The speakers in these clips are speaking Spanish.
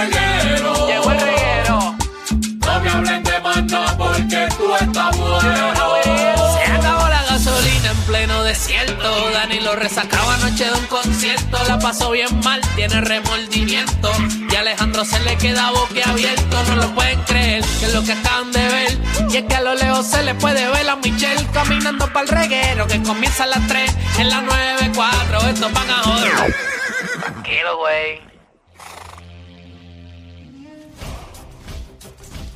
reguero. Llegó el reguero. No me hablen de manda porque tú estás bueno. Se acabó la gasolina en pleno desierto. Dani lo resacaba anoche de un concierto. La pasó bien mal, tiene remordimiento. Y a Alejandro se le queda boquiabierto. No lo pueden creer, que es lo que acaban de ver. Y es que a lo lejos se le puede ver a Michelle caminando para el reguero. Que comienza a las 3 en las 9.4. Estos van a joder. Tranquilo, güey.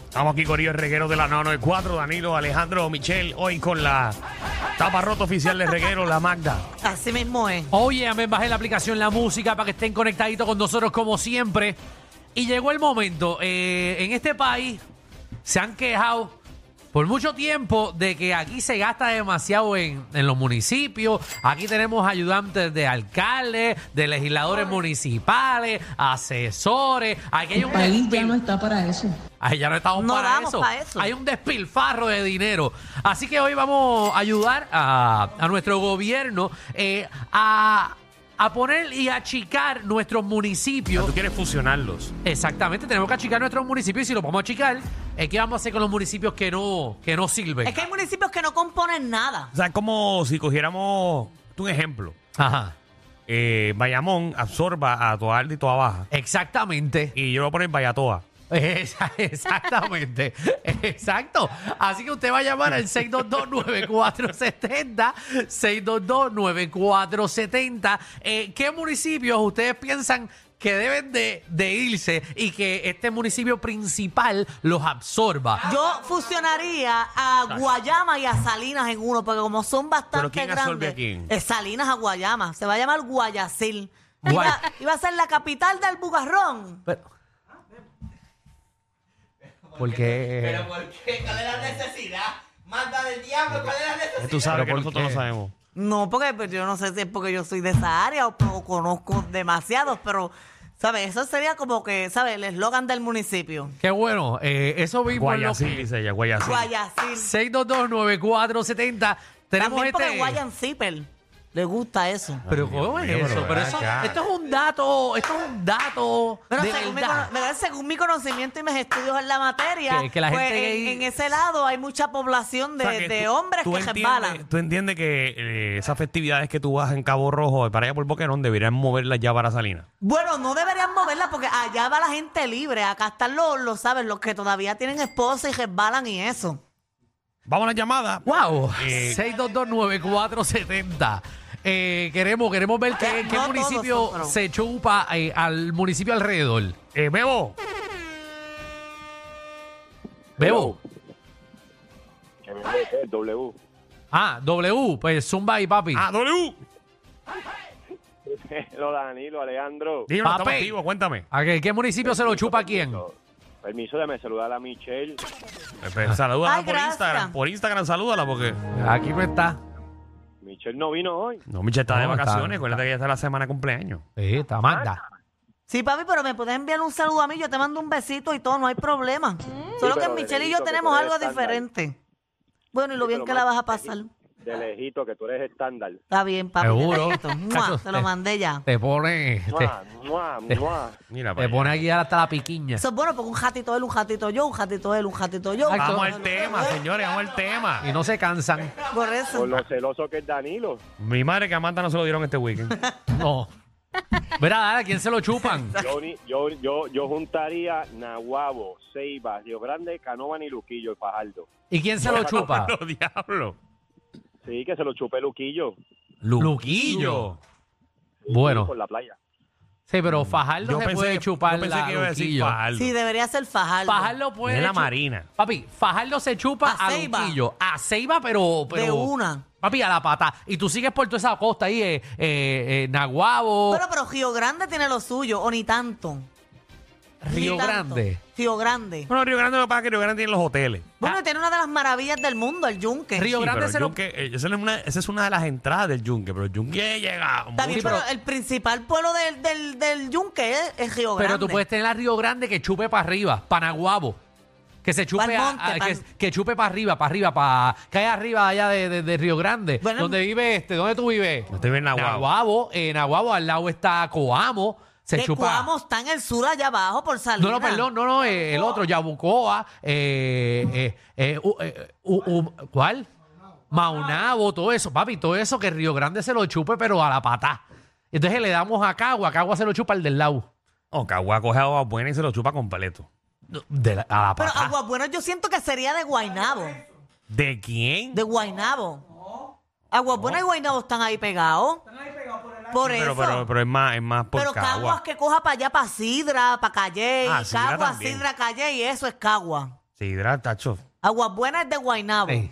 Estamos aquí con el reguero de la 994, Danilo, Alejandro, Michelle, hoy con la tapa rota oficial de reguero, la Magda. Así mismo es. Oye, me bajé la aplicación La Música para que estén conectaditos con nosotros como siempre. Y llegó el momento. eh, en este país se han quejado por mucho tiempo de que aquí se gasta demasiado en, en los municipios. Aquí tenemos ayudantes de alcaldes, de legisladores municipales, asesores. Aquí hay El un país ya despil- no está para eso. Ay, ya no estamos No para, damos eso. pa' eso. Hay un despilfarro de dinero. Así que hoy vamos a ayudar a, a nuestro gobierno eh, a, a poner y achicar nuestros municipios. Tú quieres fusionarlos. Exactamente, tenemos que achicar nuestros municipios y si los vamos a achicar, eh, ¿qué vamos a hacer con los municipios que no, que no sirven? Es que hay municipios que no componen nada. O sea, es como si cogiéramos un ejemplo. Ajá. Eh, Bayamón absorba a Toa Alta y Toa Baja. Exactamente. Y yo lo voy a poner Bayatoa. Esa- Exactamente, exacto. Así que usted va a llamar al 622-9470, 622-9470. Eh, ¿Qué municipios ustedes piensan que deben de, de irse y que este municipio principal los absorba? Yo fusionaría a Guayama y a Salinas en uno, porque como son bastante ¿Pero quién absorbe grandes. a quién? eh, Salinas a Guayama. Se va a llamar Guayacil. Guay- Iba, iba a ser la capital del bugarrón. Pero- porque... ¿Pero por qué? ¿Cuál es la necesidad? Manda del diablo, ¿cuál es la necesidad? Tú sabes ¿Pero que por nosotros qué? lo sabemos. No, porque pues, yo no sé si es porque yo soy de esa área o, o conozco demasiados, pero, ¿sabes? Eso sería como que, ¿sabes? El eslogan del municipio. Qué bueno, eh, eso mismo es lo Guayacil, que... dice ella, Guayacil. Guayacil. 6229470. Tenemos También porque este... Guayan Zipper le gusta eso. Pero Ay, ¿cómo Dios es mío, eso? pero Pero ven eso- acá. esto es un dato, esto es un dato Pero de según mi, verdad. cono- ¿verdad? Según mi conocimiento y mis estudios en la materia, Que- que la pues, gente en, gay- en ese lado hay mucha población O de, sea, que de tú- hombres tú que se entiendes- embalan. Tú entiendes que eh, esas festividades que tú vas en Cabo Rojo, para allá por Boquerón, deberían moverlas ya para Salinas. Bueno, no deberían moverla porque allá va la gente libre. Acá están los, los ¿sabes? Los que todavía tienen esposa y resbalan y eso. Vamos a la llamada. Wow, Eh, 6229470. Eh, queremos, queremos ver qué, No qué todos municipio son, pero- se chupa eh, al municipio alrededor. Eh, Bebo. Bebo. El W. Ah, W, pues Zumba y Papi. A W. Lo Danilo, Alejandro. Dímelo, estamos Papi. activos, cuéntame. ¿A qué, qué municipio se lo chupa a quién? Permiso, déjame saludar a Michelle. Salúdala Ay, Eh, pues, por gracias. Instagram. Por Instagram, salúdala porque. Aquí no está. Michelle no vino hoy. No, Michelle está de No, está- vacaciones. está- Acuérdate que ya está la semana de cumpleaños. Sí, está Magda. Sí, papi, pero me puedes enviar un saludo a mí, yo te mando un besito y todo, no hay problema. Solo que Mm. pero Michelle y yo delito que tenemos tú algo eres estándar. diferente. Bueno, y lo Sí, bien pero que la más- vas a pasar. De lejito, que tú eres estándar. Está bien, papi. Seguro. te besito. Mua, Te lo mandé ya. Te pone, te, Mua, mua, mua. Mira, te para pone aquí hasta la piquiña. Eso es bueno porque un jatito él, un jatito yo, un jatito él, un jatito yo. allá. Exacto. Vamos al tema, señores, vamos al tema. Y no se cansan. Por eso. Por lo celoso que es Danilo. Mi madre que a Amanda no se lo dieron este weekend. No. Verá, ¿a quién se lo chupan? Yo, ni- yo, yo, yo juntaría Nahuabo, Ceiba, Río Grande, Canovan y Luquillo, el Fajardo. ¿Y quién se lo chupa? Los diablos. Sí, que se lo chupé Luquillo. Luquillo. Bueno, Por la playa. sí, pero Fajardo se puede chupar yo pensé la que iba a decir Luquillo. Fajardo. Sí, debería ser Fajardo. Fajardo puede. Es la chu- Marina. Papi, Fajardo se chupa A a, Ceiba. Luquillo. A Ceiba, pero, pero. De una. Papi, a la pata. Y tú sigues por toda esa costa ahí, eh, eh, eh, Naguabo, Pero, pero Río Grande tiene lo suyo, o ni tanto. Ni Río tanto. Grande. Ah. Río Grande. Bueno, Río Grande lo que pasa es que Río Grande tiene los hoteles. Bueno, y tiene una de las maravillas del mundo, el yunque. Río Sí, Grande pero el se lo- yunque, eh, esa, es una, esa es una de las entradas del yunque, pero el yunque llega. Está bien, Sí, pero, pero- el principal pueblo del, del, del yunque es, es Río Grande. Pero tú puedes tener a Río Grande que chupe para arriba, para Naguabo. Que se Pa'l chupe, a- monte, a- que, pa'l- que chupe para arriba, para arriba, para. Que hay arriba allá de, de- de Río Grande. Bueno, ¿Dónde vive este? ¿Dónde tú vives? Estoy bien Nahuabo. Nahuabo, en Nahuabo al lado está Coamo. se que chupa. Cuamo está en el sur allá abajo por salir. No, no, perdón, no, no, eh, el otro, Yabucoa, eh, eh, eh, u- eh, u- u- ¿cuál? Maunabo, todo eso, papi, todo eso que Río Grande se lo chupe, pero a la patá. Entonces le damos a Cagua, Cagua se lo chupa al del lado. O Cagua coge agua buena y se lo chupa completo. De la- a la Pero patá. Aguas Buenas yo siento que sería de Guainabo. ¿De quién? De Guainabo. Oh. Aguas Buenas y Guainabo están ahí pegados. Están ahí pegados por el pero, eso. pero, pero es más, es más por Pero Caguas Cagua. que coja para allá, para Sidra, para Calle. Ah, y Sidra Caguas, también. Sidra, Calle, y eso es Cagua. Se hidrata, chof. Aguas Buenas es de Guainabo. Ey,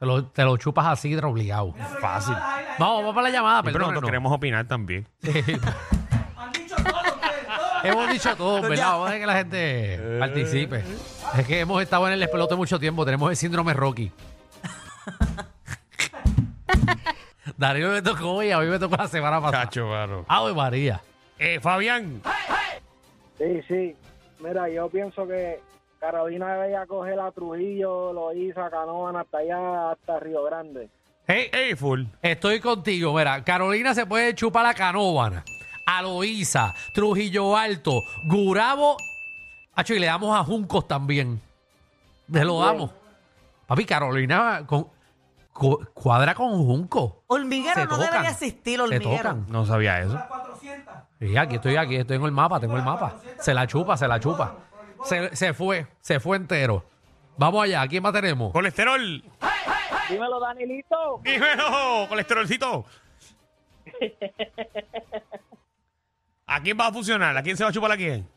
te, lo, te lo chupas así, de obligado. Fácil. Vamos, vamos para la llamada, Sí, pero nosotros perdónenos. queremos opinar también. Hemos dicho todo, ¿verdad? Vamos a dejar que la gente participe. Es que hemos estado en el despelote mucho tiempo. Tenemos el síndrome Rocky. Darío me tocó hoy, a mí me tocó la semana pasada. Cacho, barro. Ave María. Eh, Fabián. Sí, sí. Mira, yo pienso que Carolina debía coger a Trujillo, Loíza, Canovan, hasta allá, hasta Río Grande. Hey, hey, full. Estoy contigo, mira. Carolina se puede chupar la canóbana. Aloísa, Trujillo Alto, Gurabo. Acho, y le damos a Juncos también. Le lo damos. Papi, Carolina con- cu- cuadra con Juncos. Hormiguero Se no tocan. debería existir, Se hormiguero. tocan. No sabía eso. Y aquí estoy, aquí estoy en el mapa, tengo el mapa. Se la chupa, se la chupa. Se, se fue, se fue entero. Vamos allá, ¿a quién más tenemos? Colesterol. Dímelo, Danilito. Dímelo, colesterolcito. ¿A quién va a funcionar? ¿A quién se va a chupar a quién?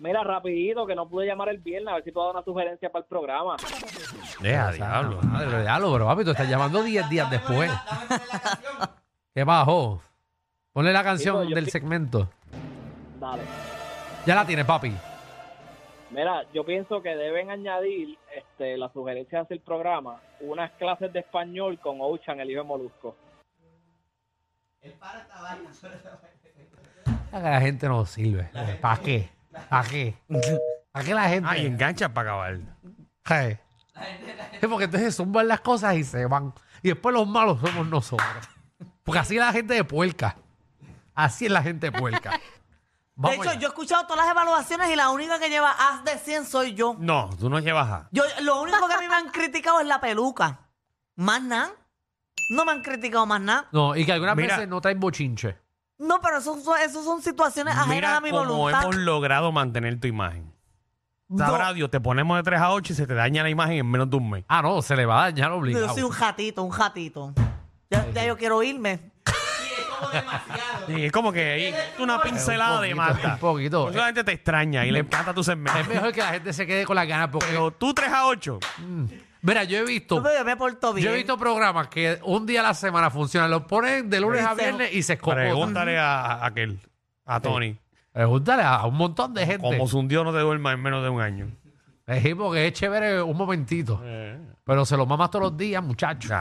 Mira, rapidito, que no pude llamar el viernes, a ver si puedo dar una sugerencia para el programa. Deja, Diablo, diablo. madre, diablo, pero papi, tú estás llamando 10 días después. Dame la canción. ¿Qué bajó? Ponle la Sí, canción pero yo del pi- segmento. Dale. Ya la tienes, papi. Mira, yo pienso que deben añadir este, las sugerencias del programa, unas clases de español con Ocean, el hijo de Molusco. El para está vaina. Ya que La gente no sirve. ¿Para qué? ¿Para qué? ¿Para qué la gente? Ay, engancha para acabar. Hey. Sí, porque entonces zumban las cosas y se van. Y después los malos somos nosotros. Porque así es la gente de puerca. Así es la gente de puerca. De Vamos hecho, allá. yo he escuchado todas las evaluaciones y la única que lleva haz de 100 soy yo. No, tú no llevas a. Yo, lo único que a mí me han criticado es la peluca. Más nada. No me han criticado más nada. No, y que algunas Mira. veces no traen bochinche. No, pero eso, eso- eso son situaciones ajenas Mira a mi cómo voluntad. hemos logrado mantener tu imagen. Sabrá No, Dios, te ponemos de 3 a 8 y se te daña la imagen en menos de un mes. Ah, no, se le va a dañar yo obligado. soy un gatito, un gatito. Ya, ya yo quiero irme. Sí, es como demasiado. Sí, es como que ahí una pincelada de poquito, mata. un poquito. Mucha gente te extraña y le encanta tu Es segmento. mejor que la gente se quede con las ganas. Porque, Pero tú 3 a 8. mira, yo he visto. Pero yo me porto bien. Yo he visto programas que un día a la semana funcionan, los ponen de lunes a viernes y se escopotan. Pregúntale a, a aquel, a Tony. Pregúntale a un montón de gente. Como su un dios no te duerma en menos de un año. Es porque es chévere un momentito. Eh. Pero se lo mamas todos los días, muchachos.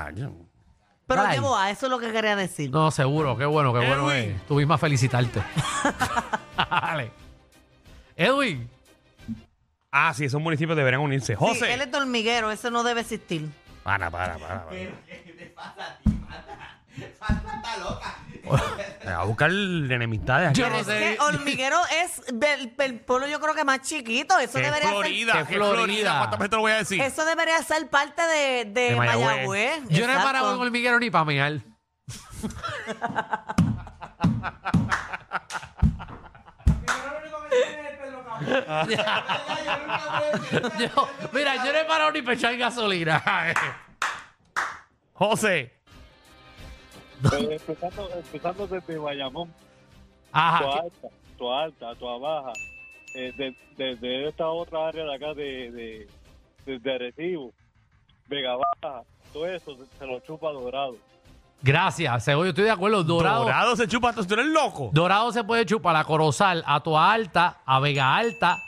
Pero Ay. llevo a eso es lo que quería decir. No, seguro, qué bueno, qué bueno Edwin. es. Tú misma felicitarte. Dale. Edwin. Ah, sí, esos municipios deberían unirse. Sí, José. él es de hormiguero, ese no debe existir. Para, para, para. para. Pero, ¿Qué te pasa a ti, mata? Mata está loca. Te va a buscar enemistades aquí. Yo no Es que sé. hormiguero es del, del pueblo, yo creo que más chiquito. Eso Que es debería Florida, ser- que es Florida. Florida. ¿Cuántas veces te lo voy a decir? ser. Eso debería ser parte de, de De Mayagüez. Mayagüez. Yo no he parado en Exacto. hormiguero ni para mear. Yo- mira, yo no he parado ni para echar gasolina. José. empezando, empezando desde Bayamón. Ajá. alta, tu alta, tu baja, desde esta otra área de acá de, de, Arecibo, Vega Baja, todo eso se, lo chupa dorado. Gracias. Seguro, yo estoy de acuerdo. Dorado. Dorado, Dorado se chupa. Tú eres loco. se puede chupar a Corozal, a Toa Alta, a Vega Alta.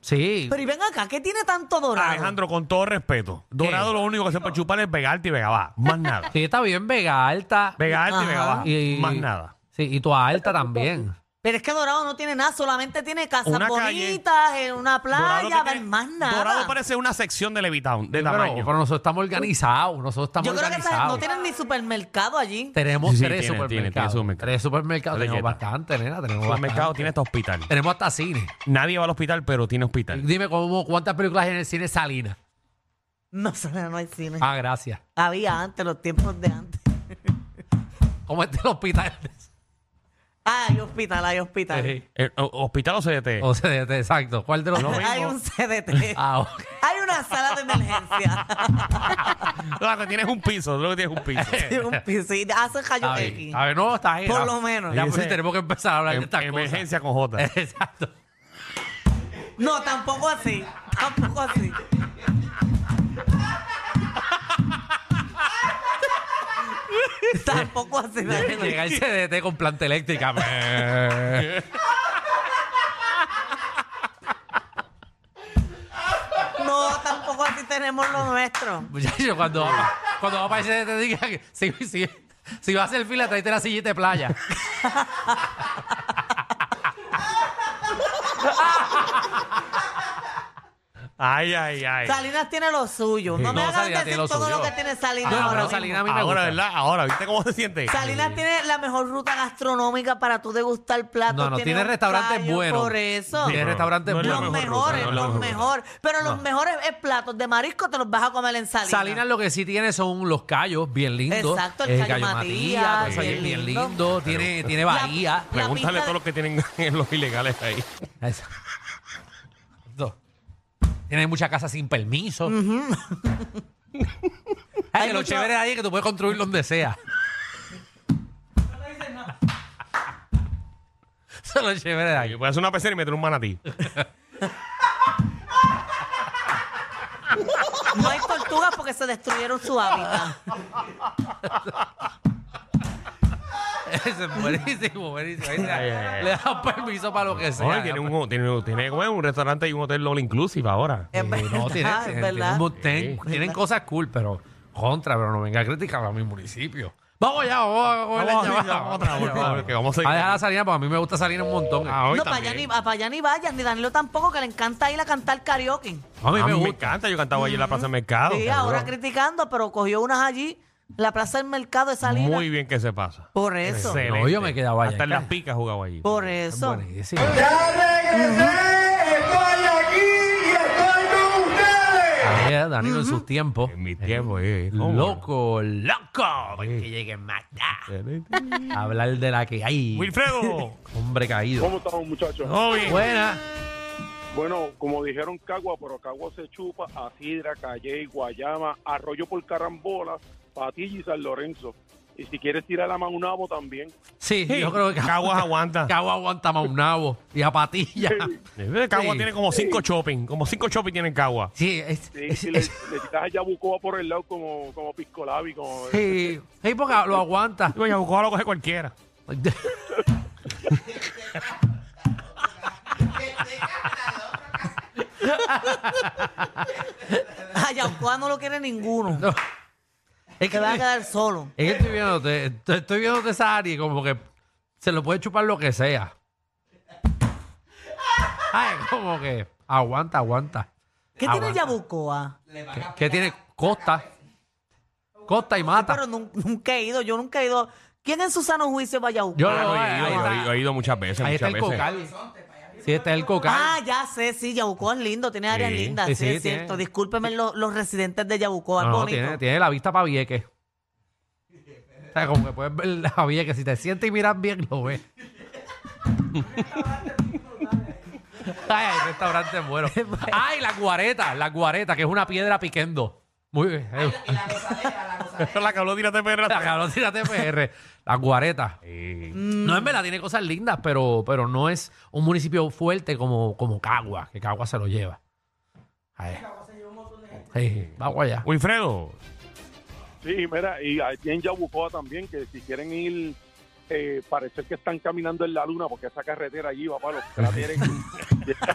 Sí. Pero y ven acá, ¿qué tiene tanto dorado? Alejandro, con todo respeto. Dorado lo único que se puede chupar es pegarte y Vegabá. Más nada. Sí, está bien Vega Alta. Pegarte y Ajá. Vegabá. Y- Más nada. Sí, y Toa Alta también. Pero es que Dorado no tiene nada, solamente tiene casas Una calle. bonitas, en una Dorado playa, tiene- más nada. Dorado parece una sección de Levitown, de Sí, pero, tamaño. pero nosotros estamos organizados, nosotros estamos Yo creo que esas- organizados. no tienen ni supermercado allí. Tenemos Sí, sí, tres tiene, tiene, supermercados. tiene supermercado. Tres supermercados. Tres Tenemos yetas. bastante, nena. Tenemos el mercado bastante. tiene hasta hospital. Tenemos hasta cine. Nadie va al hospital, pero tiene hospital. Dime cómo, cuántas películas hay en el cine Salinas. No, Salinas no hay cine. Ah, gracias. Había antes, los tiempos de antes. ¿Cómo está el hospital? Ah, hay hospital, hay hospital. Sí. Eh, o- ¿Hospital o CDT? O sea, este, exacto. ¿Cuál de los dos? Hay un CDT. Ah, ok. Hay una sala de emergencia. Lo que tienes un piso, lo que tienes un piso. Em, Sí, un piso. Y hace rayo Está bien. X. Está bien, no, está bien. Por Ya- lo menos. Ya pues, Dice- tenemos que empezar a hablar de Em- estas cosas. Eh. emergencia con J. Exacto. No, tampoco así. Tampoco así. tampoco así. Llega el CDT con planta eléctrica. No, tampoco así tenemos lo nuestro. Muchachos, Pues cuando, va- cuando va para el CDT, diga que si, si, si vas a hacer fila, tráete la sillita de playa. Ay, ay, ay. Salinas tiene lo suyo. No Sí. me No, hagan decir Salinas tiene lo todo suyo. Ah, lo que tiene Salinas No, ahora pero mismo. Salinas a mí me Ahora, gusta. ¿verdad? Ahora, ¿viste cómo se siente? Salinas tiene la mejor ruta gastronómica para tú degustar platos. No, no, tiene un restaurantes callo, buenos. Por eso. Sí, pero restaurantes no es la los buenos. mejor mejores, ruta, no es la los mejor mejores. Pero los mejores eh, platos de marisco te los vas a comer en Salinas. Salinas lo que sí tiene son los callos bien lindos. Exacto, el Eh, callo Matías, todo eso ahí es bien bien lindo. lindo. Tiene, tiene La- bahía. la Pregúntale pista todo de- lo que tienen los ilegales ahí. Exacto. Tiene muchas casas sin permiso. Ay, Hay que lo mucho- chévere ahí es que tú puedes construir donde sea. Eso es lo chévere de ahí. Puedes hacer una pecera y meter un manatí. No hay tortugas porque se destruyeron su hábitat. Eso es buenísimo, buenísimo. Ahí Ay, ay, se- ay. Le dan permiso para lo que sea. Oye, tiene un, tiene, tiene como es, un restaurante y un hotel all inclusive ahora. Es Eh, no, verdad, tiene, Ah, es tiene- verdad. tiene un montón- Sí. tienen cosas cool, pero contra, pero no venga a criticar a mi municipio. Vamos ya, vamos a Vamos, coger la llamada, sí, vamos vamos Ah, otra, a por llamar. favor, que vamos a seguir. a dejar a Salina, porque a mí me gusta Salina un montón. Ah, hoy no, para allá, ni, también. para allá ni vayas, ni Danilo tampoco, que le encanta ir a cantar karaoke. a mí me me gusta. encanta. Yo cantaba allí en la Plaza del Mercado. Sí, ahora criticando, pero cogió unas allí, la plaza del mercado de Salinas. Muy bien que se pasa. Por eso. Oh. Excelente. No, yo me quedaba allá. Hasta en las picas jugaba allí. Por Es eso. buenísimo. Ahí era Danilo en sus tiempos. En mi tiempo, eh. ¿cómo? Loco, loco. Que llegue Magda. A hablar de la que hay. Wilfredo. Hombre caído. ¿Cómo estamos, muchachos? Obi. Buena. Bueno, como dijeron Cagua, pero Cagua se chupa a Sidra, Calle, Guayama, Arroyo por Carambola, Patilla y San Lorenzo. Y si quieres tirar a Maunabo también. Sí, Sí, yo creo que Caguas aguanta. Cagua aguanta más un nabo y a patilla. Cagua Sí. tiene como cinco shopping. Como cinco shopping tiene Cagua. Sí, es, Si, es- si le, es- le tiras a Yabucoa por el lado como, como Piscolabi, como... sí, sí, porque lo aguanta. Oye, Yabucoa lo coge cualquiera. A Yaucoa no lo quiere ninguno. No. Es Que que, va a quedar solo. es que estoy viéndote, estoy, estoy viéndote esa área y como que se lo puede chupar lo que sea. Ay, como que aguanta, aguanta. ¿Qué tiene Aguanta. Yabucoa? Que, que tiene costa. Costa y mata. Pero nun- nunca he ido, yo nunca he ido. ¿Quién en su sano juicio va a Yaucoa? Yo Ah, lo no, ahí, yo he ido, yo he está- ido, yo he ido muchas veces. ahí está muchas el veces. cocal. Sí, está el cocal. Ah, ya sé, sí, Yabucoa es lindo, tiene áreas Sí, lindas, sí, sí, sí, es tiene- cierto. Discúlpenme los, los residentes de Yabucoa, es No, bonito. tiene, tiene la vista para Vieques. O sea, como que puedes ver la Vieques. Si te sientes y miras bien, lo ves. Ay, hay restaurantes buenos. Ay, la guareta, la guareta, que es una piedra piquendo. Muy bien. Esa es la que habló Tírate Perra. La cabrón, tírate PR. La guareta. Sí. No, en verdad, tiene cosas lindas, pero, pero no es un municipio fuerte como, como Cagua, que Cagua se lo lleva. Ay. Sí, vamos allá. Wilfredo. Sí, mira, y aquí en Yabucoa también, que si quieren ir, eh, parece que están caminando en la luna, porque esa carretera allí va para los cráteres. Y está-